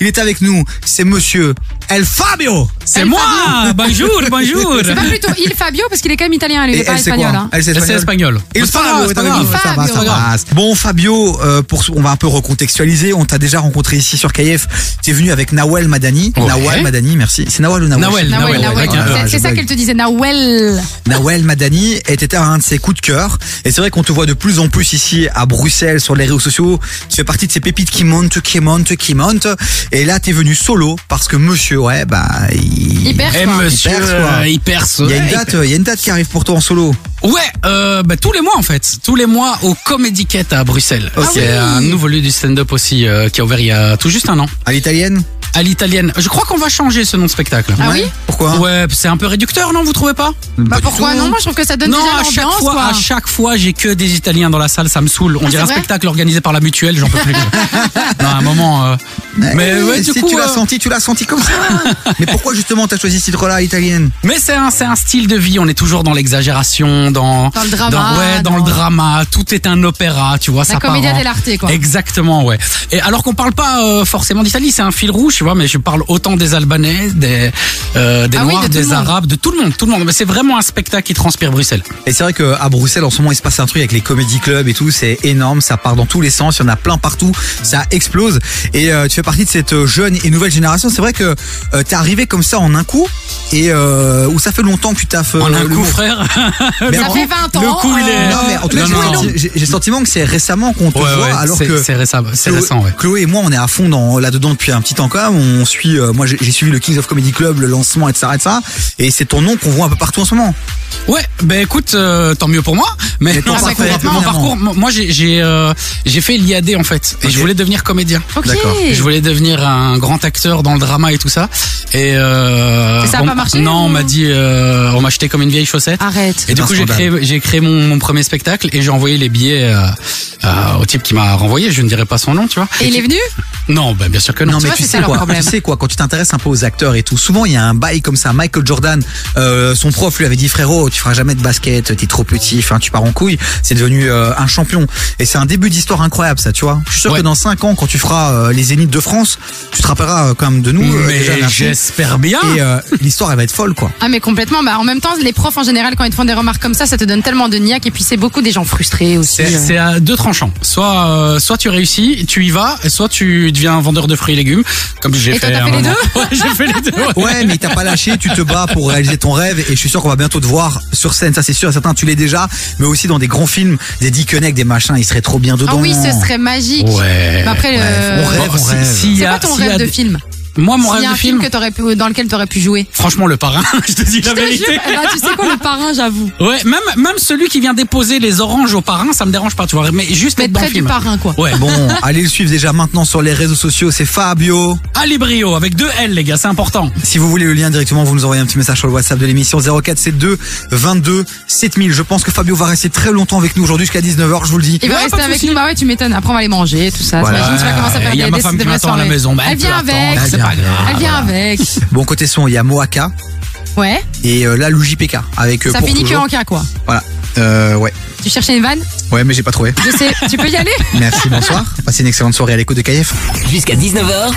Il est avec nous. C'est monsieur El Fabio. El C'est moi Bonjour, bonjour C'est pas plutôt il Fabio parce qu'il est quand même italien, lui, il est pas elle, c'est espagnol. quoi hein. Elle, c'est C'est espagnol. espagnol. Il C'est pas grave, Fabio c'est est pas avec grave. nous, ça va, Fabio. ça passe. Bon Fabio, euh, pour, on va un peu recontextualiser, on t'a déjà rencontré ici sur KF, tu es venu avec Nawel Madani. Ouais. Nawel Madani, merci. C'est Nawel ou Nawel Nawel, E, Je sais Nawel, plus. Nawel. hein, Nawel, Ah, C'est- je C'est ça bug. qu'elle te disait, Nawel. Nawel Madani était un de ses coups de cœur. Et c'est vrai qu'on te voit de plus en plus ici à Bruxelles sur les réseaux sociaux. Tu fais partie de ces pépites qui montent, qui montent, qui montent. Et là, t'es venu solo parce que monsieur, ouais, bah, il... Il perce, Eh quoi. monsieur, Il perce, quoi. euh, il perce. Il y a une Ouais, date, euh, il y a une date qui arrive pour toi en solo. Ouais, euh, bah, tous les mois en fait, tous les mois au Comedy Cat à Bruxelles. Ok. Ah C'est un nouveau lieu du stand-up aussi euh, qui a ouvert il y a tout juste un an. À l'italienne? À l'italienne. Je crois qu'on va changer ce nom de spectacle. Ah oui Pourquoi? Ouais, c'est un peu réducteur, non Vous trouvez pas Bah pourquoi tout. non Moi je trouve que ça donne Non, déjà à chaque l'ambiance fois, quoi. à chaque fois, j'ai que des Italiens dans la salle, ça me saoule. On Ah, dirait c'est un vrai spectacle organisé par la mutuelle, j'en peux plus. non, à un moment. euh, Mais ouais, du Eh, si coup, tu l'as euh, senti, tu l'as senti comme ça. mais pourquoi justement t'as choisi ce titre-là, à l'italienne Mais c'est un, c'est un style de vie. On est toujours dans l'exagération, dans, Dans le drama, ouais, dans, le dans- drama. Tout est un opéra, tu vois. La ça part commedia en- dell'arte quoi. Exactement, ouais. Et alors qu'on parle pas euh, forcément d'Italie, c'est un fil rouge, tu vois. Mais je parle autant des Albanais, des, euh, des Ah oui, Noirs, de tout le des monde. Arabes, de tout le monde, tout le monde. Mais c'est vraiment un spectacle qui transpire Bruxelles. Et c'est vrai qu'à Bruxelles, en ce moment, il se passe un truc avec les comédie clubs et tout. C'est énorme. Ça part dans tous les sens. Il y en a plein partout. Ça explose. Et euh, tu fais partie de cette euh, jeune et nouvelle génération. C'est vrai que euh, t'es arrivé comme ça en un coup. Et euh, où ça fait longtemps que tu taffes. euh, en un le coup, mot. frère. Mais Ça en- fait 20 ans. le coup, il est- Non, mais en tout cas, Non, j'ai- non, non. j'ai j'ai le sentiment que c'est récemment qu'on te voit. alors c'est que. c'est récent, c'est Chloé- récent, ouais. Chloé et moi, on est à fond dans là-dedans depuis un petit temps quand même. On suit, euh, moi, j'ai j'ai suivi le Kings of Comedy Club, le lancement, etc., etc. Et c'est ton nom qu'on voit un peu partout en ce moment. Ouais, ben écoute, euh, tant mieux pour moi. Mais, Mais ton non, parcours, c'est complètement- mon évidemment. parcours, mo- moi j'ai j'ai euh, j'ai fait l'IAD en fait, et Ok. je voulais devenir comédien. Ok. D'accord. Je voulais devenir un grand acteur dans le drama et tout ça. Et euh, Et ça a on- pas marché, Non, ou- Ah. on m'a dit, euh, on m'a jeté comme une vieille chaussette. Arrête. Et du un coup, j'ai créé, scandale. j'ai créé mon, mon premier spectacle et j'ai envoyé les billets euh, euh, au type qui m'a renvoyé. Je ne dirai pas son nom, tu vois. Et il est venu Non, ben bien sûr que non. Non, Tu mais vois, tu c'est sais ça leur quoi, problème. tu sais quoi, quand tu t'intéresses un peu aux acteurs et tout, souvent il y a un bail comme ça. Michael Jordan, euh, son prof lui avait dit frérot, tu feras jamais de basket, t'es trop petit, enfin tu pars en couille. C'est devenu euh, un champion. Et c'est un début d'histoire incroyable, ça, tu vois. Je suis sûr Ouais. que dans 5 ans, quand tu feras euh, les Zéniths de France, tu te rappelleras euh, quand même de nous. euh, déjà, mais merci. j'espère bien. Et euh, l'histoire, elle va être folle, quoi. Ah mais complètement. Bah en même temps les profs en général quand ils te font des remarques comme ça, ça te donne tellement de niaque et puis c'est beaucoup des gens frustrés aussi. C'est euh. c'est à deux tranchants. Soit, euh, soit tu réussis, tu y vas, et soit tu deviens un vendeur de fruits et légumes, comme j'ai Et toi, fait. t'as à un fait les moment. Ouais, j'ai fait les deux. ouais. Ouais, mais t'as pas lâché, tu te bats pour réaliser ton rêve et je suis sûr qu'on va bientôt te voir sur scène, ça c'est sûr, et certain, tu l'es déjà, mais aussi dans des grands films, des Dick Connect, des machins, il serait trop bien dedans. Ah oui, ce serait magique. Ouais. Mais après Bref, le- on rêve, Bon, on si- rêve. s'il y C'est a- quoi ton s'il y a rêve de des- film Moi, mon S'il y rêve a de un film film. que t'aurais pu dans lequel t'aurais pu jouer. Franchement, le parrain, je te dis la Je te vérité. jure. Ah, tu sais quoi le parrain, j'avoue. Ouais, même, même celui qui vient déposer les oranges au parrain, ça me dérange pas, tu vois. Mais juste Mais être dans le près du film. parrain quoi. Ouais. Bon, allez le suivre déjà maintenant sur les réseaux sociaux, c'est Fabio. Allez, brio, avec deux L, les gars, c'est important. Si vous voulez le lien directement, vous nous envoyez un petit message sur le WhatsApp de l'émission 0472 22 7000. Je pense que Fabio va rester très longtemps avec nous aujourd'hui jusqu'à 19h, je vous le dis. Il va Ouais, rester pas de avec souci. nous. Bah ouais, tu m'étonnes. Après, on va aller manger, tout ça. Voilà. T'imagines, tu vas commencer à faire Il y a des- ma des- femme des qui m'attend à la soirées. maison. Bah, elle elle vient peut avec. attendre, c'est pas grave. Ah, Elle vient avec. Bon, côté son, il y a Moaka Ouais. et euh, là, l'UJPK avec euh, Ça pour finit que toujours. en cas, quoi. Voilà. Euh, ouais. Tu cherchais une vanne Ouais, mais j'ai pas trouvé. Je sais. Tu peux y aller Merci, bonsoir. Passez une excellente soirée à l'écho de KF. Jusqu'à 19h,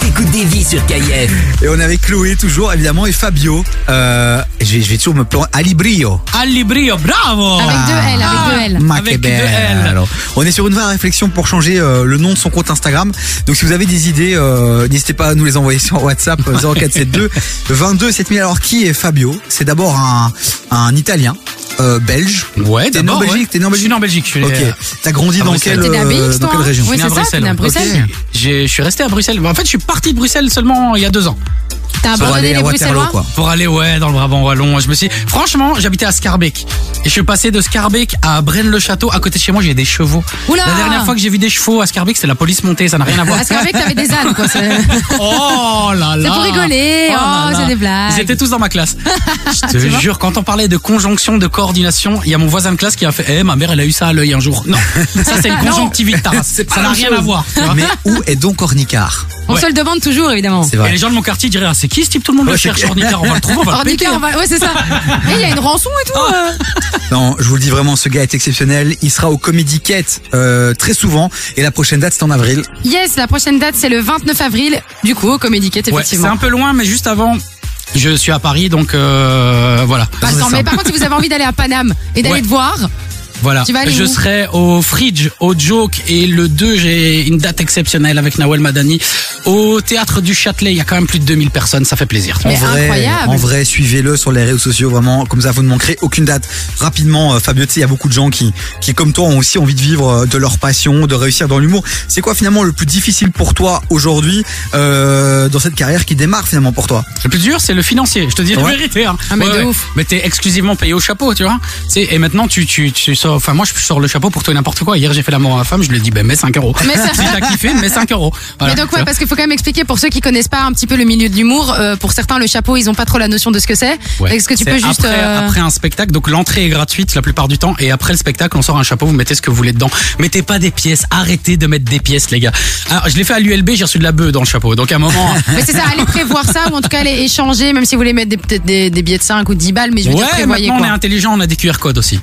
t'écoutes des vies sur KIF. Et on est avec Chloé toujours évidemment et Fabio. Euh, je, vais, je vais toujours me planter. Alibrio. Allez, brio, bravo! Avec deux L, avec deux L. Ah. Ma Avec que belle. deux L. Alors, on est sur une vraie réflexion pour changer euh, le nom de son compte Instagram. Donc si vous avez des idées, euh, n'hésitez pas à nous les envoyer sur WhatsApp euh, 0472 22 7000. Alors qui est Fabio C'est d'abord un, un Italien, euh, belge. Ouais, Ah, T'es né en d'abord, ouais. Belgique, t'es né en Je Belgique suis né en Belgique, je suis Ok. né- T'as grandi à dans, Bruxelles. quelle, T'es né à euh, Belgique, dans toi quelle région Oui, Je suis c'est né à ça, t'es Bruxelles. né à Bruxelles. Ok. J'ai- Je suis resté à Bruxelles. En fait, je suis parti de Bruxelles seulement il y a deux ans. T'as Pour abandonné aller à les Waterloo, Bruxellois quoi. Pour aller, ouais, dans le Brabant Wallon. Je me suis, franchement, j'habitais à Scarbeck. Et je suis passé de Scarbeck à Braine-le-Château. À côté de chez moi, j'ai des chevaux. Oula La dernière fois que j'ai vu des chevaux à Scarbeck, c'est la police montée. Ça n'a rien à voir. Ah, Parce qu'avec, t'avais des ânes, quoi. C'est Oh là là c'est pour rigoler. là Oh, là. c'est des Ils étaient blagues. tous dans ma classe. Je te vois jure, quand on parlait de conjonction, de coordination, il y a mon voisin de classe qui a fait Eh, ma mère, elle a eu ça à l'œil un jour. Non, ça, c'est une conjonctivite, Taras. Ça n'a rien à voir. tu vois. Mais où est donc Ornicard On Ouais. se le demande toujours, évidemment. C'est vrai. Et les gens de mon quartier diraient Ah, c'est c'est qui ce type Tout le monde le Ouais, c'est cherche. qui Ornicard, on va le trouver, on va le péter. Ornica, on va- ouais, c'est ça. Et il y a une rançon et tout. euh. Non, je vous le dis vraiment, ce gars est exceptionnel. Il sera au Comedy Quête euh, très souvent. Et la prochaine date, c'est en avril. Yes, la prochaine date, c'est le 29 avril. Du coup, au Comédie Quête, Ouais, c'est effectivement. un peu loin, mais juste avant, je suis à Paris, donc euh, voilà. Pas le temps. mais par contre, si vous avez envie d'aller à Paname et d'aller Ouais. te voir, Voilà. Tu vas aller je où serai au Fridge, au Joke et le 2, j'ai une date exceptionnelle avec Nawel Madani au théâtre du Châtelet. Il y a quand même plus de 2000 personnes, ça fait plaisir. Mais en vrai, incroyable. En vrai, suivez-le sur les réseaux sociaux, vraiment. Comme ça, vous ne manquerez aucune date. Rapidement, euh, Fabio, tu sais, il y a beaucoup de gens qui, qui, comme toi, ont aussi envie de vivre euh, de leur passion, de réussir dans l'humour. C'est quoi, finalement, le plus difficile pour toi aujourd'hui, euh, dans cette carrière qui démarre, finalement, pour toi Le plus dur, c'est le financier. Je te dis la Ouais. vérité. Hein. Ah, mais de ouf. Mais t'es exclusivement payé au chapeau, tu vois. Tu sais, et maintenant, tu, tu, tu sors. Enfin, moi, je sors le chapeau pour toi n'importe quoi. Hier, j'ai fait l'amour à ma femme. Je lui ai dit, ben, mets 5 euros. Mais ça- Si t'as kiffé, mets 5 euros. Voilà, Mais donc tu ouais, vois. parce qu'il faut quand même expliquer pour ceux qui connaissent pas un petit peu le milieu de l'humour. euh, pour certains, le chapeau, ils ont pas trop la notion de ce que c'est. Ouais. Est-ce que tu C'est peux juste après, euh, après un spectacle, donc l'entrée est gratuite la plupart du temps, et après le spectacle, on sort un chapeau, vous mettez ce que vous voulez dedans. Mettez pas des pièces, arrêtez de mettre des pièces, les gars. Alors, je l'ai fait à l'ULB, j'ai reçu de la bœuf dans le chapeau, donc à un moment. Mais c'est ça, allez prévoir ça ou en tout cas allez échanger, même si vous voulez mettre des- peut-être des, des billets de 5 ou 10 balles, mais je veux ouais, dire prévoyez maintenant on est quoi. intelligent, on a des QR codes aussi.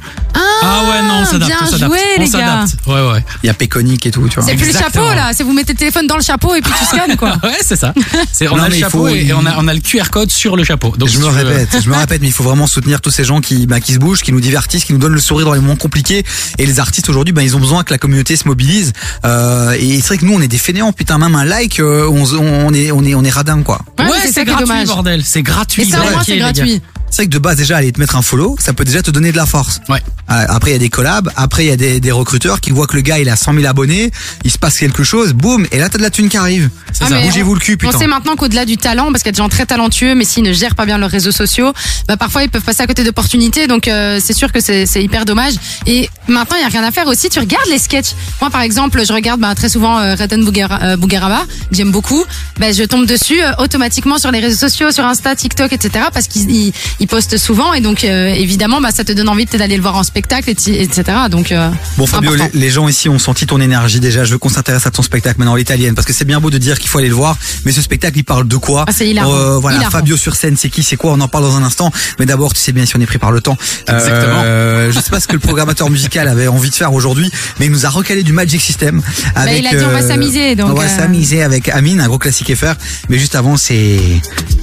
Ah, ouais, non, on s'adapte, bien on s'adapte, joué, on les gars. s'adapte. Ouais, ouais. Il y a Péconique et tout, tu vois. C'est plus le Exactement. chapeau là, c'est vous mettez le téléphone dans le chapeau et puis tu scannes quoi. Ouais, c'est ça. C'est- on Non, a le mais il chapeau faut- et, et on, a, on a le QR code sur le chapeau. Donc, Je si me tu veux- répète, je me répète, mais il faut vraiment soutenir tous ces gens qui, bah, qui se bougent, qui nous divertissent, qui nous donnent le sourire dans les moments compliqués. Et les artistes aujourd'hui, bah, ils ont besoin que la communauté se mobilise. Euh, et c'est vrai que nous, on est des fainéants. Putain, même un like, euh, on, on est, on est, on est radin, quoi. Ouais, Ouais, mais c'est ça c'est qui est gratuit, dommage. bordel. C'est gratuit. Et ça au moins braqué, c'est les gars. gratuit. C'est vrai que de base, déjà, aller te mettre un follow, ça peut déjà te donner de la force. Ouais. Euh, Après, il y a des collabs. Après, il y a des, des recruteurs qui voient que le gars, il a 100 000 abonnés. Il se passe quelque chose. Boum. Et là, t'as de la thune qui arrive. C'est Ah, ça. mais Bougez-vous le cul, On putain. sait maintenant qu'au-delà du talent, parce qu'il y a des gens très talentueux, mais s'ils ne gèrent pas bien leurs réseaux sociaux, bah parfois ils peuvent passer à côté d'opportunités. Donc euh, c'est sûr que c'est c'est hyper dommage. Et maintenant il y a rien à faire aussi. Tu regardes les sketchs. Moi par exemple, je regarde bah, très souvent euh, Reden Bougara- euh, Bougaraba, que j'aime beaucoup. Bah, je tombe dessus euh, automatiquement sur les réseaux sociaux, sur Insta, TikTok, etc. Parce qu'ils ils- ils postent souvent et donc euh, évidemment bah ça te donne envie peut-être d'aller le voir en spectacle, et ti- etc. Donc euh, Bon c'est Fabio, les, important. les gens ici ont senti ton énergie déjà. Je veux qu'on s'intéresse à ton spectacle maintenant, l'italienne, parce que c'est bien beau de dire qu'il faut aller le voir, mais ce spectacle il parle de quoi Euh, Ah, c'est hilarant. Voilà, Hilarant. Fabio sur scène, c'est qui, c'est quoi On en parle dans un instant. Mais d'abord, tu sais bien si on est pris par le temps. Exactement. Euh, je sais pas ce que le programmateur musical avait envie de faire aujourd'hui, mais il nous a recalé du Magic System. Avec, Bah, il a dit, on va s'amuser, donc, on va euh, s'amuser avec Amine, un gros classique FR. Mais juste avant, c'est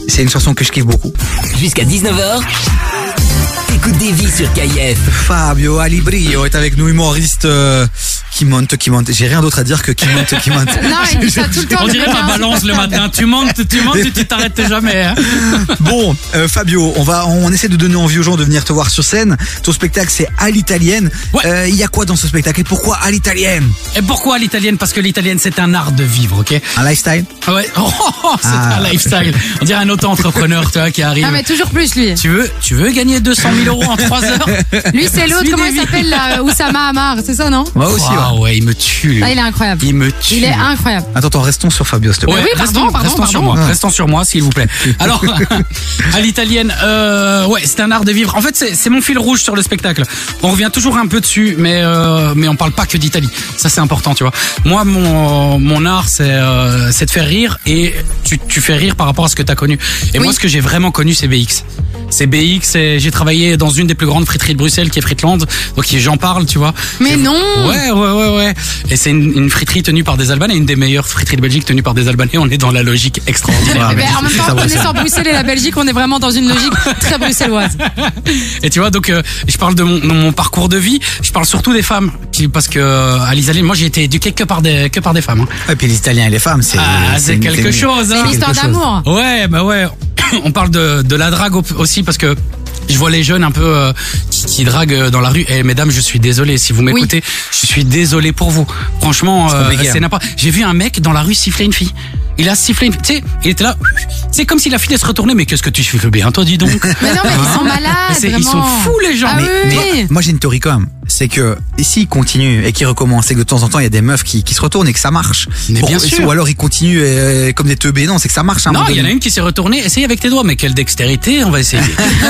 c'est une chanson que je kiffe beaucoup. Jusqu'à 19h, t'écoutes des vies sur KIF. Fabio Alibrio est avec nous, humoriste euh, qui monte, qui monte. J'ai rien d'autre à dire que qui monte, qui monte. Non, il dit ça tout le temps. On le dirait matin. ma balance le matin. Tu montes, tu montes et tu t'arrêtes jamais. hein. Bon, euh, Fabio, on va, on essaie de donner envie aux gens de venir te voir sur scène. Ton spectacle, c'est à l'italienne. Ouais. Euh, Il y a quoi dans ce spectacle et pourquoi à l'italienne Et pourquoi l'italienne Parce que l'italienne, c'est un art de vivre, ok Un lifestyle Ouais. Oh, c'est Ah. un lifestyle. On dirait un auto-entrepreneur, tu vois, qui arrive. Ah mais toujours plus lui. Tu veux, tu veux gagner 200 000 euros en 3 heures Lui, c'est l'autre, Suis comment il Davy. s'appelle là, Oussama Amar, c'est ça, non Moi aussi. Ah ouais. ouais, il me tue. lui. Ah, il est incroyable. Il me tue. Il est incroyable. Attends, attends, restons sur Fabio, s'il te plaît. Ouais, Oui, pardon, restons, pardon, restons sur pardon. moi, restons sur moi, s'il vous plaît. Alors, à l'italienne, euh, ouais, c'est un art de vivre. En fait, c'est c'est mon fil rouge sur le spectacle. On revient toujours un peu dessus, mais euh, mais on parle pas que d'Italie. Ça, c'est important, tu vois. Moi, mon mon art, c'est euh, c'est de faire rire et tu tu fais rire par rapport à ce que t'as connu. Et Oui. moi, ce que j'ai vraiment connu, c'est BX. C'est BX. et J'ai travaillé dans une des plus grandes friteries de Bruxelles, qui est Fritland. Donc, j'en parle, tu vois. Mais C'est- non Ouais, ouais, ouais, ouais. Et c'est une, une friterie tenue par des Albanais, une des meilleures friteries de Belgique tenue par des Albanais. On est dans la logique extraordinaire. Eh ben, en même temps, ça va, connaissant Bruxelles et la Belgique, on est vraiment dans une logique très bruxelloise. Et tu vois, donc euh, je parle de mon, de mon parcours de vie. Je parle surtout des femmes, qui- parce que euh, à l'Isaline, moi j'ai été éduqué que par des que par des femmes. hein. Et puis l'italien et les femmes, c'est. Ah, c'est une- quelque une- chose. C'est hein. une histoire quelque chose. d'amour. Ouais, bah ouais. On parle de, de la drague au- aussi parce que je vois les jeunes un peu euh, qui, qui draguent euh, dans la rue. Eh mesdames, je suis désolé si vous m'écoutez, je suis désolé pour vous. Franchement, euh, compliqué, hein. c'est n'importe. J'ai vu un mec dans la rue siffler une fille. Il a sifflé une Tu sais, il était là. C'est comme si la fille elle se retournait. Mais qu'est-ce que tu fais bien, toi, dis donc. Mais non, mais ils sont Mais malades. c'est- ils sont Ah, vraiment. fous les gens. Ah Mais, oui, mais- oui. moi j'ai une théorie quand même, c'est que et s'ils continuent et qu'ils recommencent et que de temps en temps il y a des meufs qui, qui se retournent et que ça marche, Mais bien sûr. ou alors ils continuent euh, comme des teubés, non, c'est que ça marche. hein, à un Non, moment il y en a donné. une qui s'est retournée. Essaye avec tes doigts. Mais quelle dextérité, on va essayer.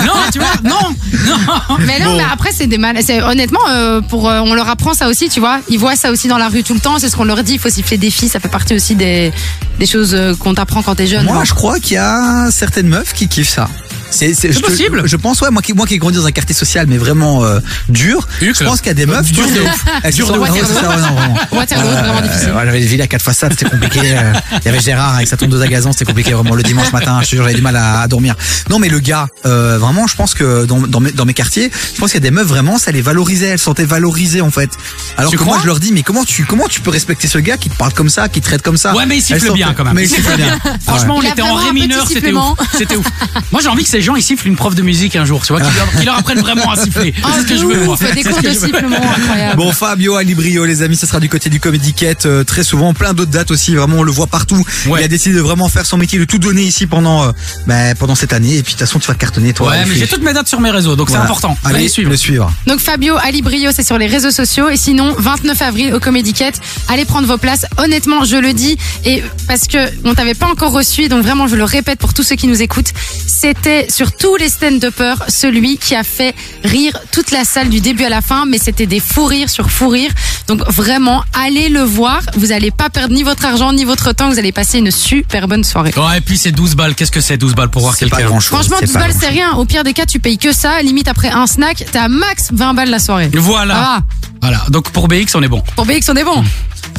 non, tu vois, non, non. Mais non, mais après, c'est des malades. c'est- Honnêtement, euh, pour, euh, on leur apprend ça aussi, tu vois. Ils voient ça aussi dans la rue tout le temps. C'est ce qu'on leur dit. Il faut siffler des filles. Ça fait partie aussi des, des choses euh, qu'on t'apprend quand t'es jeune. Moi, je crois qu'il y a certaines meufs qui kiffent ça. C'est c'est- je te- possible. Je pense, ouais, moi qui, moi qui ai grandi dans un quartier social, mais vraiment euh, dur, Hucle. je pense qu'il y a des meufs. Dur de Elles ouf. se Dur de sont- ouf. Ah ouais, c'est ça, ouais, non, vraiment. Waterloo, vraiment Euh, difficile. ouais, j'avais une ville à quatre façades, c'était compliqué. Euh, Il y avait Gérard avec sa tondeuse à gazon, c'était compliqué vraiment le dimanche matin. Je te jure, j'avais du mal à, à dormir. Non, mais le gars, euh, vraiment, je pense que dans, dans, mes, dans mes quartiers, je pense qu'il y a des meufs vraiment, ça les valorisait, elles se sentaient valorisées en fait. Alors Tu que moi, crois je leur dis, mais comment tu, comment tu peux respecter ce gars qui te parle comme ça, qui te traite comme ça Ouais, mais il Elles siffle sont- bien, quand même. Mais il siffle bien. Franchement, Il y on a était en vraiment ré un petit mineur, c'était ouf. sifflement. C'était ouf. Moi, j'ai envie que ces gens ils sifflent une prof de musique un jour, tu vois, qui leur, qui leur apprennent vraiment à siffler. Oh, c'est ce que je de veux. moi. ouf, des C'est ce cours que de je veux. sifflement incroyable. Bon, Fabio Alibrio, les amis, ça sera du côté du Comedy Cat euh, très souvent. Plein d'autres dates aussi, vraiment, on le voit partout. Ouais. Il a décidé de vraiment faire son métier, de tout donner ici pendant, euh, bah, pendant cette année. Et puis, de toute façon, tu vas cartonner, toi. Ouais, Et mais puis- j'ai toutes mes dates sur mes réseaux, donc Voilà. c'est important. Allez, Allez, suivre. le suivre. Donc Fabio Alibrio, c'est sur les réseaux sociaux. Et sinon, 29 avril au Comedy Cat, allez prendre vos places. Honnêtement, je le dis, et parce que on t'avait pas encore reçu, donc vraiment, je le répète pour tous ceux qui nous écoutent, c'était sur tous les stand-uppers celui qui a fait rire toute la salle du début à la fin, mais c'était des fous rires sur fous rires. Donc vraiment, allez le voir. Vous allez pas perdre ni votre argent ni votre temps. Vous allez passer une super bonne soirée. Ouais, et puis c'est 12 balles. Qu'est-ce que c'est 12 balles pour voir C'est pas quelqu'un grand chose. Franchement, 12 balles, c'est rien. Au pire des cas, tu payes que ça. Limite, après un snack, t'as max 20 balles la soirée. Voilà. Ah. Voilà. Donc pour BX, on est bon. Pour BX, on est Mmh. bon.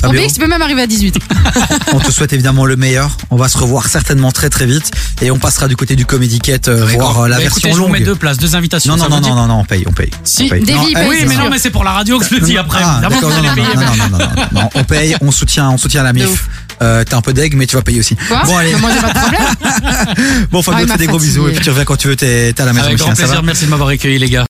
Pour Fabio. BX, tu peux même arriver à 18. On te souhaite évidemment le meilleur. On va se revoir certainement très très vite. Et on passera du côté du Comedy Cat, euh, voir euh, la Bah, version écoutez, je vous mets longue. deux places, deux invitations. Non, non, ça non, vous dit non, non, non, on paye, on paye. Si, on paye. Davy, Non, il eh, paye, oui, Oui, c'est mais sûr. non, mais c'est pour la radio que je le dis après. Ah, D'abord, d'accord, vous non, allez non, payer. non, non, non, non, non, non. On paye, on soutient, on soutient la MIF. ouf. Euh, T'es un peu deg, mais tu vas payer aussi. Quoi Bon, allez. Mais Moi, j'ai pas de problème. Bon, Fabio, Ah, il je te m'a fais des gros fatigué. bisous et puis tu reviens quand tu veux, t'es t'es à la maison, Avec Michel, grand ça va plaisir. Merci de m'avoir accueilli, les gars.